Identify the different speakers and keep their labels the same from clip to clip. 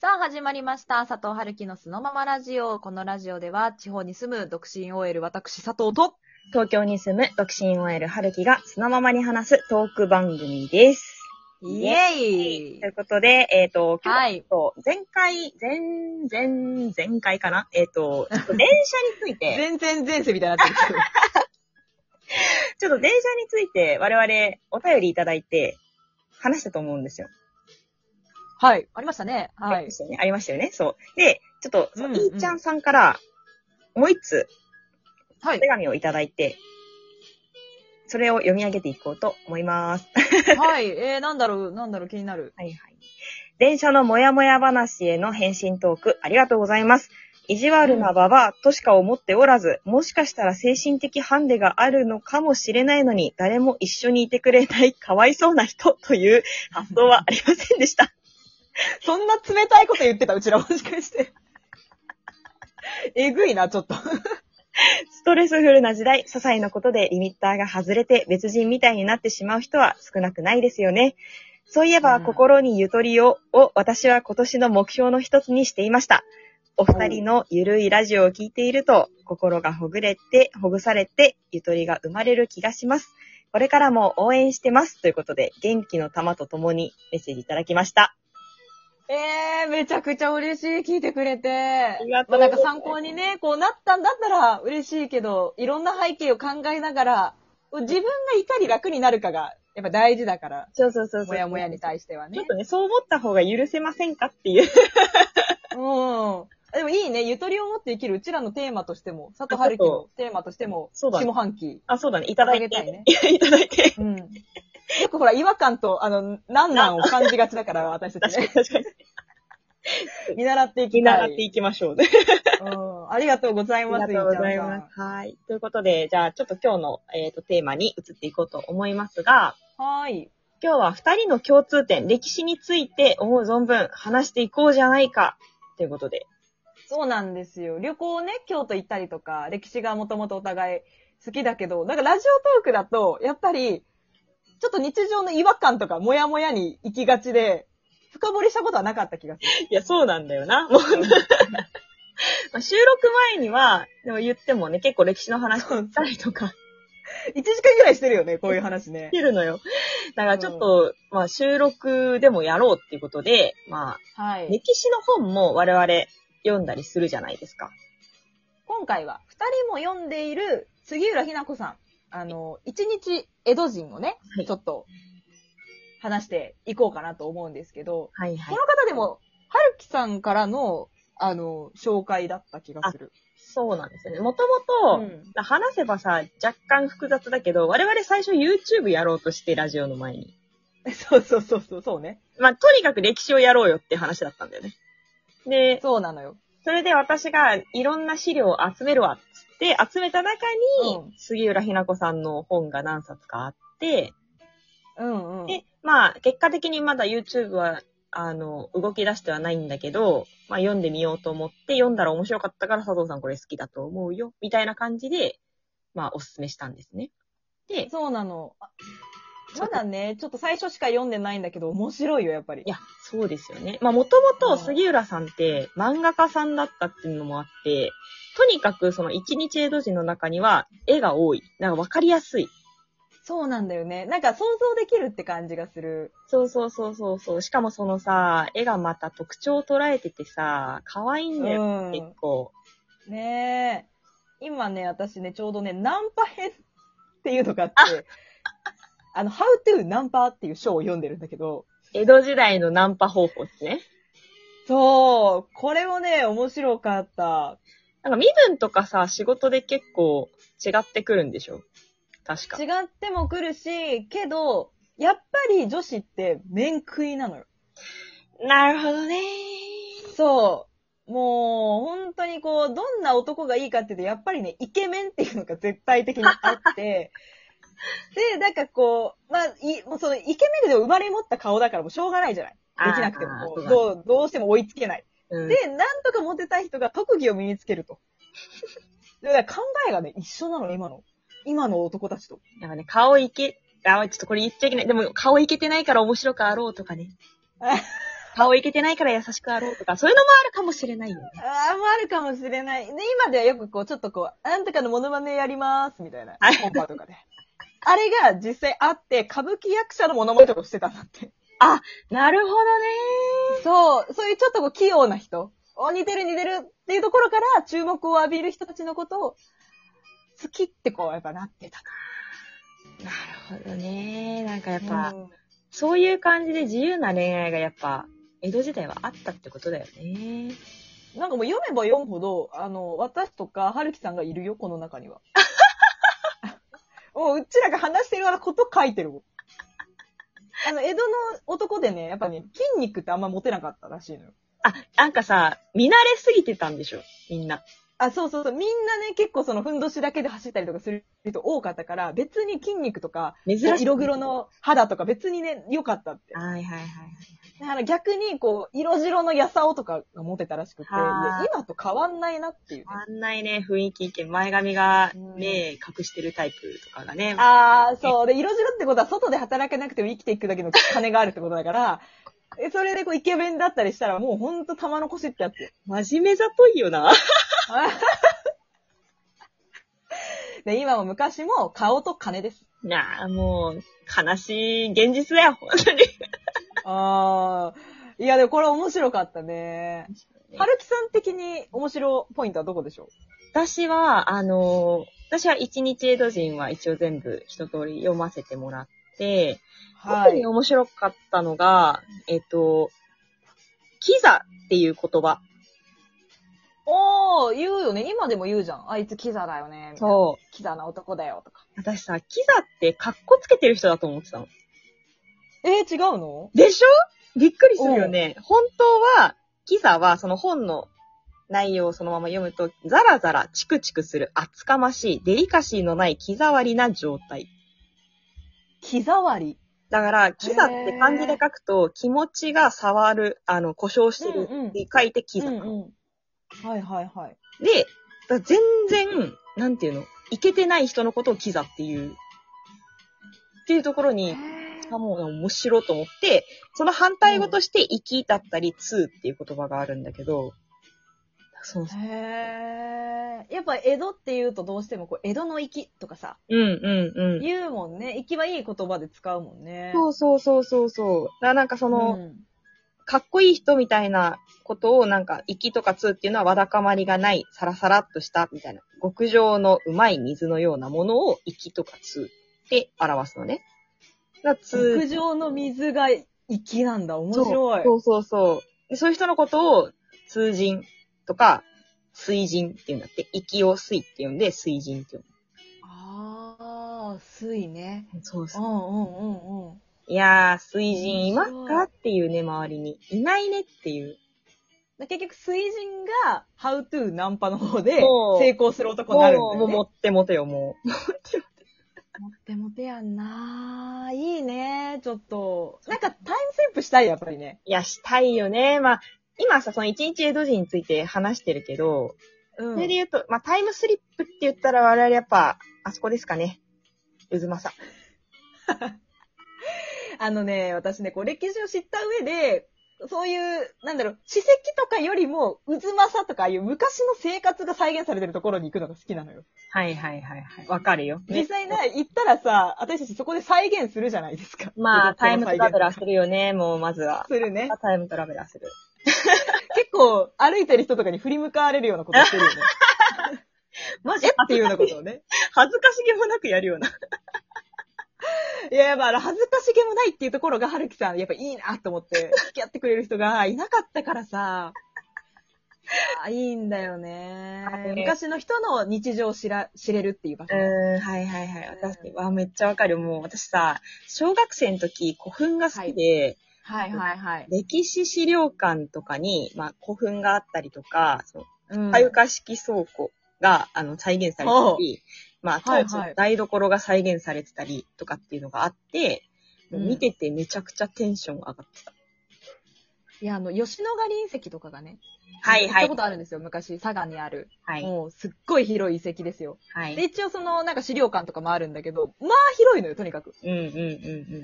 Speaker 1: さあ始まりました。佐藤春樹のそのままラジオ。このラジオでは地方に住む独身 OL 私佐藤と、
Speaker 2: 東京に住む独身 OL 春樹がそのままに話すトーク番組です。
Speaker 1: イエ
Speaker 2: と
Speaker 1: イ
Speaker 2: いうことで、えっ、と、今日
Speaker 1: は。
Speaker 2: はいと前回、前、前、前回かなえっ、と、ちょっと電車につい て、
Speaker 1: 全然前世みたいになってる けど。
Speaker 2: ちょっと電車について我々お便りいただいて話したと思うんですよ。
Speaker 1: はい。ありましたね。
Speaker 2: あ
Speaker 1: は
Speaker 2: り
Speaker 1: い
Speaker 2: まし。たよね。ありましたよね。そう。で、ちょっと、そ
Speaker 1: うん
Speaker 2: の
Speaker 1: うん
Speaker 2: いーちゃんさんから、もう一つ
Speaker 1: は
Speaker 2: お
Speaker 1: い。
Speaker 2: 手紙をいただいて、それを読み上げていこうと思います。
Speaker 1: はい。えー、なんだろう、なんだろう、気になる。
Speaker 2: はいはい。電車のもやもや話への返信トーク、ありがとうございます。意地悪なババアとしか思っておらず、もしかしたら精神的ハンデがあるのかもしれないのに、誰も一緒にいてくれないかわいそうな人という発想はありませんでした。
Speaker 1: そんな冷たいこと言ってた、うちらもしかして。えぐいな、ちょっと。
Speaker 2: ストレスフルな時代、些細なことでリミッターが外れて別人みたいになってしまう人は少なくないですよね。そういえば、
Speaker 1: うん
Speaker 2: 心にゆとりをを私は今年の目標の一つにしていました。お二人のゆるいラジオを聞いていると、心がほぐれて、ほぐされて、ゆとりが生まれる気がします。これからも応援してます。ということで、元気の玉とともにメッセージいただきました。
Speaker 1: えー、めちゃくちゃ嬉しい、聞いてくれて。
Speaker 2: りがとう
Speaker 1: まあなんか参考にね、こうなったんだったら嬉しいけど、いろんな背景を考えながら、自分がいかに楽になるかが、やっぱ大事だから、
Speaker 2: そうそうそう
Speaker 1: もやもやに対しては
Speaker 2: ちょ
Speaker 1: ね
Speaker 2: っ。とね、そう思った方が許せませんかっていう。
Speaker 1: うん。でもいいね、ゆとりを持って生きるうちらのテーマとしても、佐藤春樹のテーマとしても、
Speaker 2: そうだね
Speaker 1: 下半期、
Speaker 2: あ、そうだね。いただ
Speaker 1: 掲
Speaker 2: いて。
Speaker 1: げたいね。
Speaker 2: いただいて。
Speaker 1: うん。よくほら、違和感と、あの、なんなんを感じがちだから、私たち
Speaker 2: 確かに
Speaker 1: ね。
Speaker 2: 確かに。
Speaker 1: 見習ってい
Speaker 2: 見
Speaker 1: きた
Speaker 2: 習って
Speaker 1: い。
Speaker 2: いきましょう。
Speaker 1: うん。ありがとうございます、
Speaker 2: ありがとうござい
Speaker 1: ゆうちゃん
Speaker 2: ま
Speaker 1: さん
Speaker 2: す。はい。ということで、じゃあちょっと今日の、えー、とテーマに移っていこうと思いますが、
Speaker 1: はーい。
Speaker 2: 今日は二人の共通点、歴史について思う存分話していこうじゃないか、ということで。
Speaker 1: そうなんですよ。旅行ね、京都行ったりとか、歴史がもともとお互い好きだけど、なんかラジオトークだと、やっぱり、ちょっと日常の違和感とか、モヤモヤに行きがちで、深掘りしたことはなかった気がする。
Speaker 2: いや、そうなんだよな。もうまあ収録前には、でも言ってもね、結構歴史の話したりとか
Speaker 1: 1時間ぐらいしてるよね、こういう話ね
Speaker 2: し。てるのよ。だからちょっと、まあ収録でもやろうっていうことで、ま
Speaker 1: は
Speaker 2: あ、
Speaker 1: い。
Speaker 2: 歴史の本も我々読んだりするじゃないですか。
Speaker 1: 今回は、2人も読んでいる杉浦日な子さん。あの、一日江戸人をね、
Speaker 2: はい
Speaker 1: ちょっと、話していこうかなと思うんですけど、
Speaker 2: はいは
Speaker 1: この方でも、はるきさんからの、あの、紹介だった気がする。
Speaker 2: そうなんですよね。もともと、
Speaker 1: ん、
Speaker 2: 話せばさ、若干複雑だけど、我々最初 YouTube やろうとして、ラジオの前に。
Speaker 1: そうそうそうそう、そうね。
Speaker 2: まあ、とにかく歴史をやろうよって話だったんだよね。で、
Speaker 1: そうなのよ。
Speaker 2: それで私がいろんな資料を集めるわっつって、集めた中に、
Speaker 1: うん
Speaker 2: 杉浦日な子さんの本が何冊かあって、
Speaker 1: うんうん。
Speaker 2: で、まあ、結果的にまだ YouTube は、あの、動き出してはないんだけど、まあ、読んでみようと思って、読んだら面白かったから佐藤さんこれ好きだと思うよ、みたいな感じで、まあ、おすすめしたんですね。で、
Speaker 1: そうなの。あまだね、ちょっと最初しか読んでないんだけど、面白いよ、やっぱり
Speaker 2: い。や、そうですよね。まあ、もとも
Speaker 1: う
Speaker 2: と
Speaker 1: ん
Speaker 2: 杉浦さんって漫画家さんだったっていうのもあって、とにかくその一日江戸人の中には絵が多い。なんかわかりやすい。
Speaker 1: そうなんだよね。なんか想像できるって感じがする。
Speaker 2: そうそうそうそうそう。しかもそのさ、絵がまた特徴を捉えててさ、可愛いん
Speaker 1: う
Speaker 2: だよ、
Speaker 1: ん。
Speaker 2: 結構。
Speaker 1: ねえ。今ね、私ね、ちょうどね、ナンパ編っていうのがあって、あの、How to ナンパっていう章を読んでるんだけど、
Speaker 2: 江戸時代のナンパ方法ですね。
Speaker 1: そう、これもね、面白かった。
Speaker 2: なんか身分とかさ、仕事で結構違ってくるんでしょ確か。
Speaker 1: 違っても来るし、けど、やっぱり女子って面食いなのよ。
Speaker 2: なるほどね
Speaker 1: そう。もう、本当にこう、どんな男がいいかっていうと、やっぱりね、イケメンっていうのが絶対的にあ って、で、なんかこう、まあ、い、もうその、イケメンで生まれ持った顔だからもうしょうがないじゃないできなくてもこう、どう、どうしても追いつけない。
Speaker 2: うん
Speaker 1: で、なんとかモテたい人が特技を身につけると。だから考えがね、一緒なの、今の。今の男たちと。
Speaker 2: なんかね、顔 いけ、あ、ちょっとこれ言っちゃいけない。でも、顔いけてないから面白くあろうとかね。顔いけてないから優しくあろうとか、そういうのもあるかもしれないよね。
Speaker 1: ああ、もうあるかもしれない。で、今ではよくこう、ちょっとこう、なんとかのモノマネやります、みたいな。
Speaker 2: はい
Speaker 1: コンパとかで。あれが実際あって、歌舞伎役者のモノマネとかしてたんだって。
Speaker 2: なるほどね
Speaker 1: そう、そういうちょっとこう、器用な人。お、似てる似てるっていうところから、注目を浴びる人たちのことを、好きってこう、やっぱなってた。
Speaker 2: なるほどねなんかやっぱ、
Speaker 1: うん
Speaker 2: そういう感じで自由な恋愛がやっぱ、江戸時代はあったってことだよね。
Speaker 1: なんかもう読めば読むほど、あの、私とか、はるきさんがいるよ、この中 には。もう、うちらが話してるようなこと書いてるもん。あの、江戸の男でね、やっぱね、筋肉ってあんま持てなかったらしいのよ。
Speaker 2: あ、なんかさ、見慣れすぎてたんでしょみんな。
Speaker 1: あ、そうそうそう。みんなね、結構その、ふんどしだけで走ったりとかする人多かったから、別に筋肉とか、
Speaker 2: 珍しい。
Speaker 1: 色黒。の肌とか別にね、良かったって。
Speaker 2: はいはいはい。
Speaker 1: だから逆に、こう、色白のやさおとかが持てたらしくて、い
Speaker 2: は
Speaker 1: や
Speaker 2: い
Speaker 1: 今と変わんないなっていうね。
Speaker 2: あんないね、雰囲気いけ、前髪が
Speaker 1: うん
Speaker 2: 目隠してるタイプとかがね。
Speaker 1: あ あ、そう。で、色白ってことは外で働けなくても生きていくだけの金があるってことだから、えそれでこうイケメンだったりしたらもうほんと玉の腰ってや つよ。
Speaker 2: 真面目ざといよな。
Speaker 1: で、今も昔も顔と金です。
Speaker 2: なあ、もう、悲しい現実だよ、本当に。
Speaker 1: ああ、いやでもこれ面白かったね。はるきさん的に面白ポイントはどこでしょ
Speaker 2: 私は、あの、私は一日江戸人は一応全部一通り読ませてもらって、
Speaker 1: う
Speaker 2: 特に。面白かったのが、えっと、キザっていう言葉。
Speaker 1: おー、言うよね。今でも言うじゃん。あいつキザだよね。みたいな
Speaker 2: そう。
Speaker 1: キザな男だよ。とか。
Speaker 2: 私さ、キザってカッコつけてる人だと思ってたの。
Speaker 1: えー、違うの
Speaker 2: でしょびっくりするよね。本当は、キザはその本の内容をそのまま読むと、ザラザラ、チクチクする、厚かましい、デリカシーのない気障りな状態。
Speaker 1: キザ割り。
Speaker 2: だから、キザって漢字で書くと、気持ちが触る、あの、故障してる
Speaker 1: うんうん
Speaker 2: って書いてキザ。
Speaker 1: うんうん。はいはいはい。
Speaker 2: で、だから全然、なんていうの、いけてない人のことをキザっていう。っていうところに、あもう面白いと思って、その反対語として、生きだったり、通っていう言葉があるんだけど、そうそう。
Speaker 1: へえ。やっぱ江戸って言うとどうしてもこう江戸の粋とかさ、
Speaker 2: うんうんうん。
Speaker 1: 言うもんね。粋はいい言葉で使うもんね。
Speaker 2: そうそうそうそうそう。だからなんかその、
Speaker 1: うん
Speaker 2: かっこいい人みたいなことをなんか、息とか通っていうのはわだかまりがない、サラサラっとしたみたいな、極上のうまい水のようなものを息とか通って表すのね。だから
Speaker 1: 屋
Speaker 2: 通
Speaker 1: 上の水が粋なんだ。面白い。
Speaker 2: そうそうそうで。そういう人のことを通人とか、水人っていうんだって、息を水って呼んで水人って呼
Speaker 1: ああ、水ね。
Speaker 2: ぶ。そう
Speaker 1: うんうんうんうん。
Speaker 2: いやー、水人います
Speaker 1: 面白
Speaker 2: か
Speaker 1: い
Speaker 2: っていうね、周りに。いないねっていう。
Speaker 1: だ結局、水人が、ハウトゥーナンパの方で
Speaker 2: そう、
Speaker 1: 成功する男に
Speaker 2: も
Speaker 1: な
Speaker 2: う、
Speaker 1: るんだ
Speaker 2: も
Speaker 1: よ、
Speaker 2: う
Speaker 1: ね。
Speaker 2: 持って持てよ、もう。
Speaker 1: 持って持てやんなーいいねちょっと。なんか、タイムスリップしたい、やっぱりね。
Speaker 2: いや、したいよね。まあ、今さ、その一日江戸人について話してるけど、
Speaker 1: うん。
Speaker 2: それで言うと、まあ、タイムスリップって言ったら我々やっぱ、あそこですかね。うずまさ。
Speaker 1: あのね、私ね、こう歴史を知った上で、そういう、なんだろう、史跡とかよりも、渦政とかああいう昔の生活が再現されてるところに行くのが好きなのよ。
Speaker 2: はいはいはいはい。わかるよ。
Speaker 1: 実際ね、行ったらさ、私たちそこで再現するじゃないですか。
Speaker 2: まあ、タイムトラベラー
Speaker 1: す
Speaker 2: するよね、もうまずは。
Speaker 1: るね。
Speaker 2: タイムトラベラーする。
Speaker 1: 結構、歩いてる人とかに振り向かれるようなことしてるよね。
Speaker 2: マ
Speaker 1: えっていうようなことをね。
Speaker 2: 恥ずかしげもなくやるような。
Speaker 1: いや、やっぱあの恥ずかしげもないっていうところが、はるきさん、やっぱいいなと思 って、付き合ってくれる人がいなかったからさ、あいいんだよ
Speaker 2: あ
Speaker 1: ね
Speaker 2: れ。
Speaker 1: 昔の人の日常を知ら知れるっていう場所。
Speaker 2: うん、はいはいはい。私はめっちゃわかる。もう私さ、小学生の時古墳が好きで、
Speaker 1: はいはいはい。
Speaker 2: 歴史資料館とかに、まあ古墳があったりとか、その
Speaker 1: うん
Speaker 2: 床床式倉庫が、あの、再現されてたり、まあ、当時
Speaker 1: はいは
Speaker 2: の
Speaker 1: い
Speaker 2: 台所が再現されてたりとかっていうのがあって、
Speaker 1: うん
Speaker 2: 見ててめちゃくちゃテンション上がってた。
Speaker 1: いや、あの、吉野ヶ里遺跡とかがね、
Speaker 2: はい
Speaker 1: 行っ
Speaker 2: は
Speaker 1: た
Speaker 2: い
Speaker 1: こ。とあるんですよ、昔、佐賀にある。
Speaker 2: はい。
Speaker 1: もう、すっごい広い遺跡ですよ。
Speaker 2: はい。
Speaker 1: で、一応その、なんか資料館とかもあるんだけど、まあ広いのよ、とにかく。
Speaker 2: うんうんうん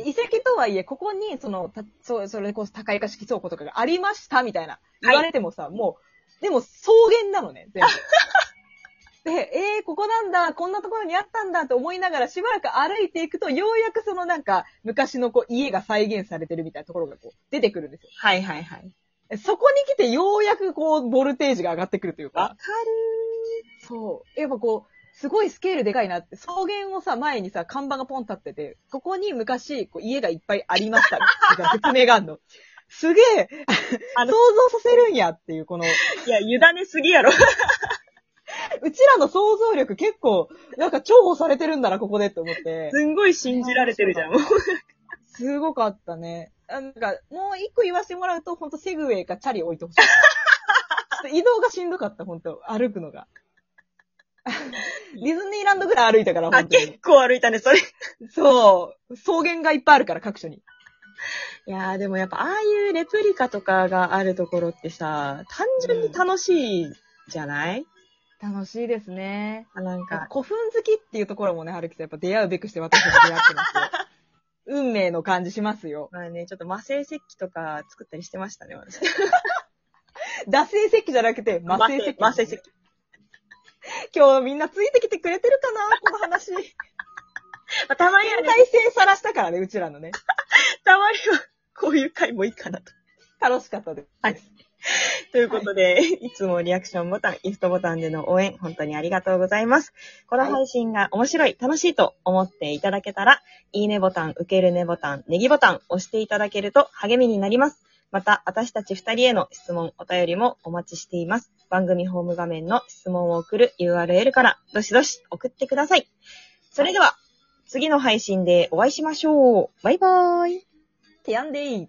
Speaker 2: うん。
Speaker 1: 遺跡とはいえ、ここに、その、たそうそれこそ高床式倉庫とかがありました、みたいな。言われてもさ、もう、でも草原なのね、 全部。で、えー、ここなんだ、こんなところにあったんだって思いながら、しばらく歩いていくと、ようやくそのなんか、昔のこう、家が再現されてるみたいなところがこう、出てくるんですよ。
Speaker 2: はいはいはい。
Speaker 1: そこに来て、ようやくこう、ボルテージが上がってくるという
Speaker 2: わ
Speaker 1: か
Speaker 2: か、
Speaker 1: そう。やっぱこう、すごいスケールでかいなって、草原をさ、前にさ、看板がポン立ってて、ここに昔、こう、家がいっぱいありました、みたいな説明があるの。すげえ、
Speaker 2: あ
Speaker 1: 想
Speaker 2: の
Speaker 1: 像させるんやっていう、この、
Speaker 2: る。いや、委ねすぎやろ。
Speaker 1: うちらの想像力結構、なんか重宝されてるんだな、ここでって思って。
Speaker 2: すんごい信じられてるじゃん。
Speaker 1: すごかったね。あなんか、もう一個言わせてもらうと、ほんとセグウェイかチャリ置いてほし い。ちょっと移動がしんどかった、ほんと。歩くの が。ディズニーランドぐらい歩いたから、ほ
Speaker 2: あ、
Speaker 1: んとに。
Speaker 2: 結構歩いたね、それ。
Speaker 1: そう。草原がいっぱいあるから、各所に。
Speaker 2: いやーでもやっぱああいうレプリカとかがあるところってさ、単純に楽しいじゃない、
Speaker 1: 楽しいですね。
Speaker 2: あなんか、
Speaker 1: 古墳好きっていうところもね、春樹さんやっぱ出会うべくして私たち出会って ますよ。運命の感じしますよ。
Speaker 2: まあね、ちょっと魔性石器とか作ったりしてましたね、 私。
Speaker 1: 惰性石器じゃなくて、魔性石器。
Speaker 2: 魔性石器。
Speaker 1: 今日みんなついてきてくれてるかなこの話。
Speaker 2: まあ、たまには
Speaker 1: 天
Speaker 2: ね、
Speaker 1: 体性さらしたからね、うちらのね。
Speaker 2: たまには、こういう回もいいかなと。
Speaker 1: 楽しかったです。
Speaker 2: はいということで、い、つもリアクションボタン、ギフトボタンでの応援、本当にありがとうございます。この配信が面白い、楽しいと思っていただけたら、いいねボタン、受けるねボタン、ネギボタン、押していただけると励みになります。また、私たち二人への質問、お便りもお待ちしています。番組ホーム画面の質問を送る URL から、どしどし送ってください。それでは、次の配信でお会いしましょう。バイバーイ。
Speaker 1: てやんでいい。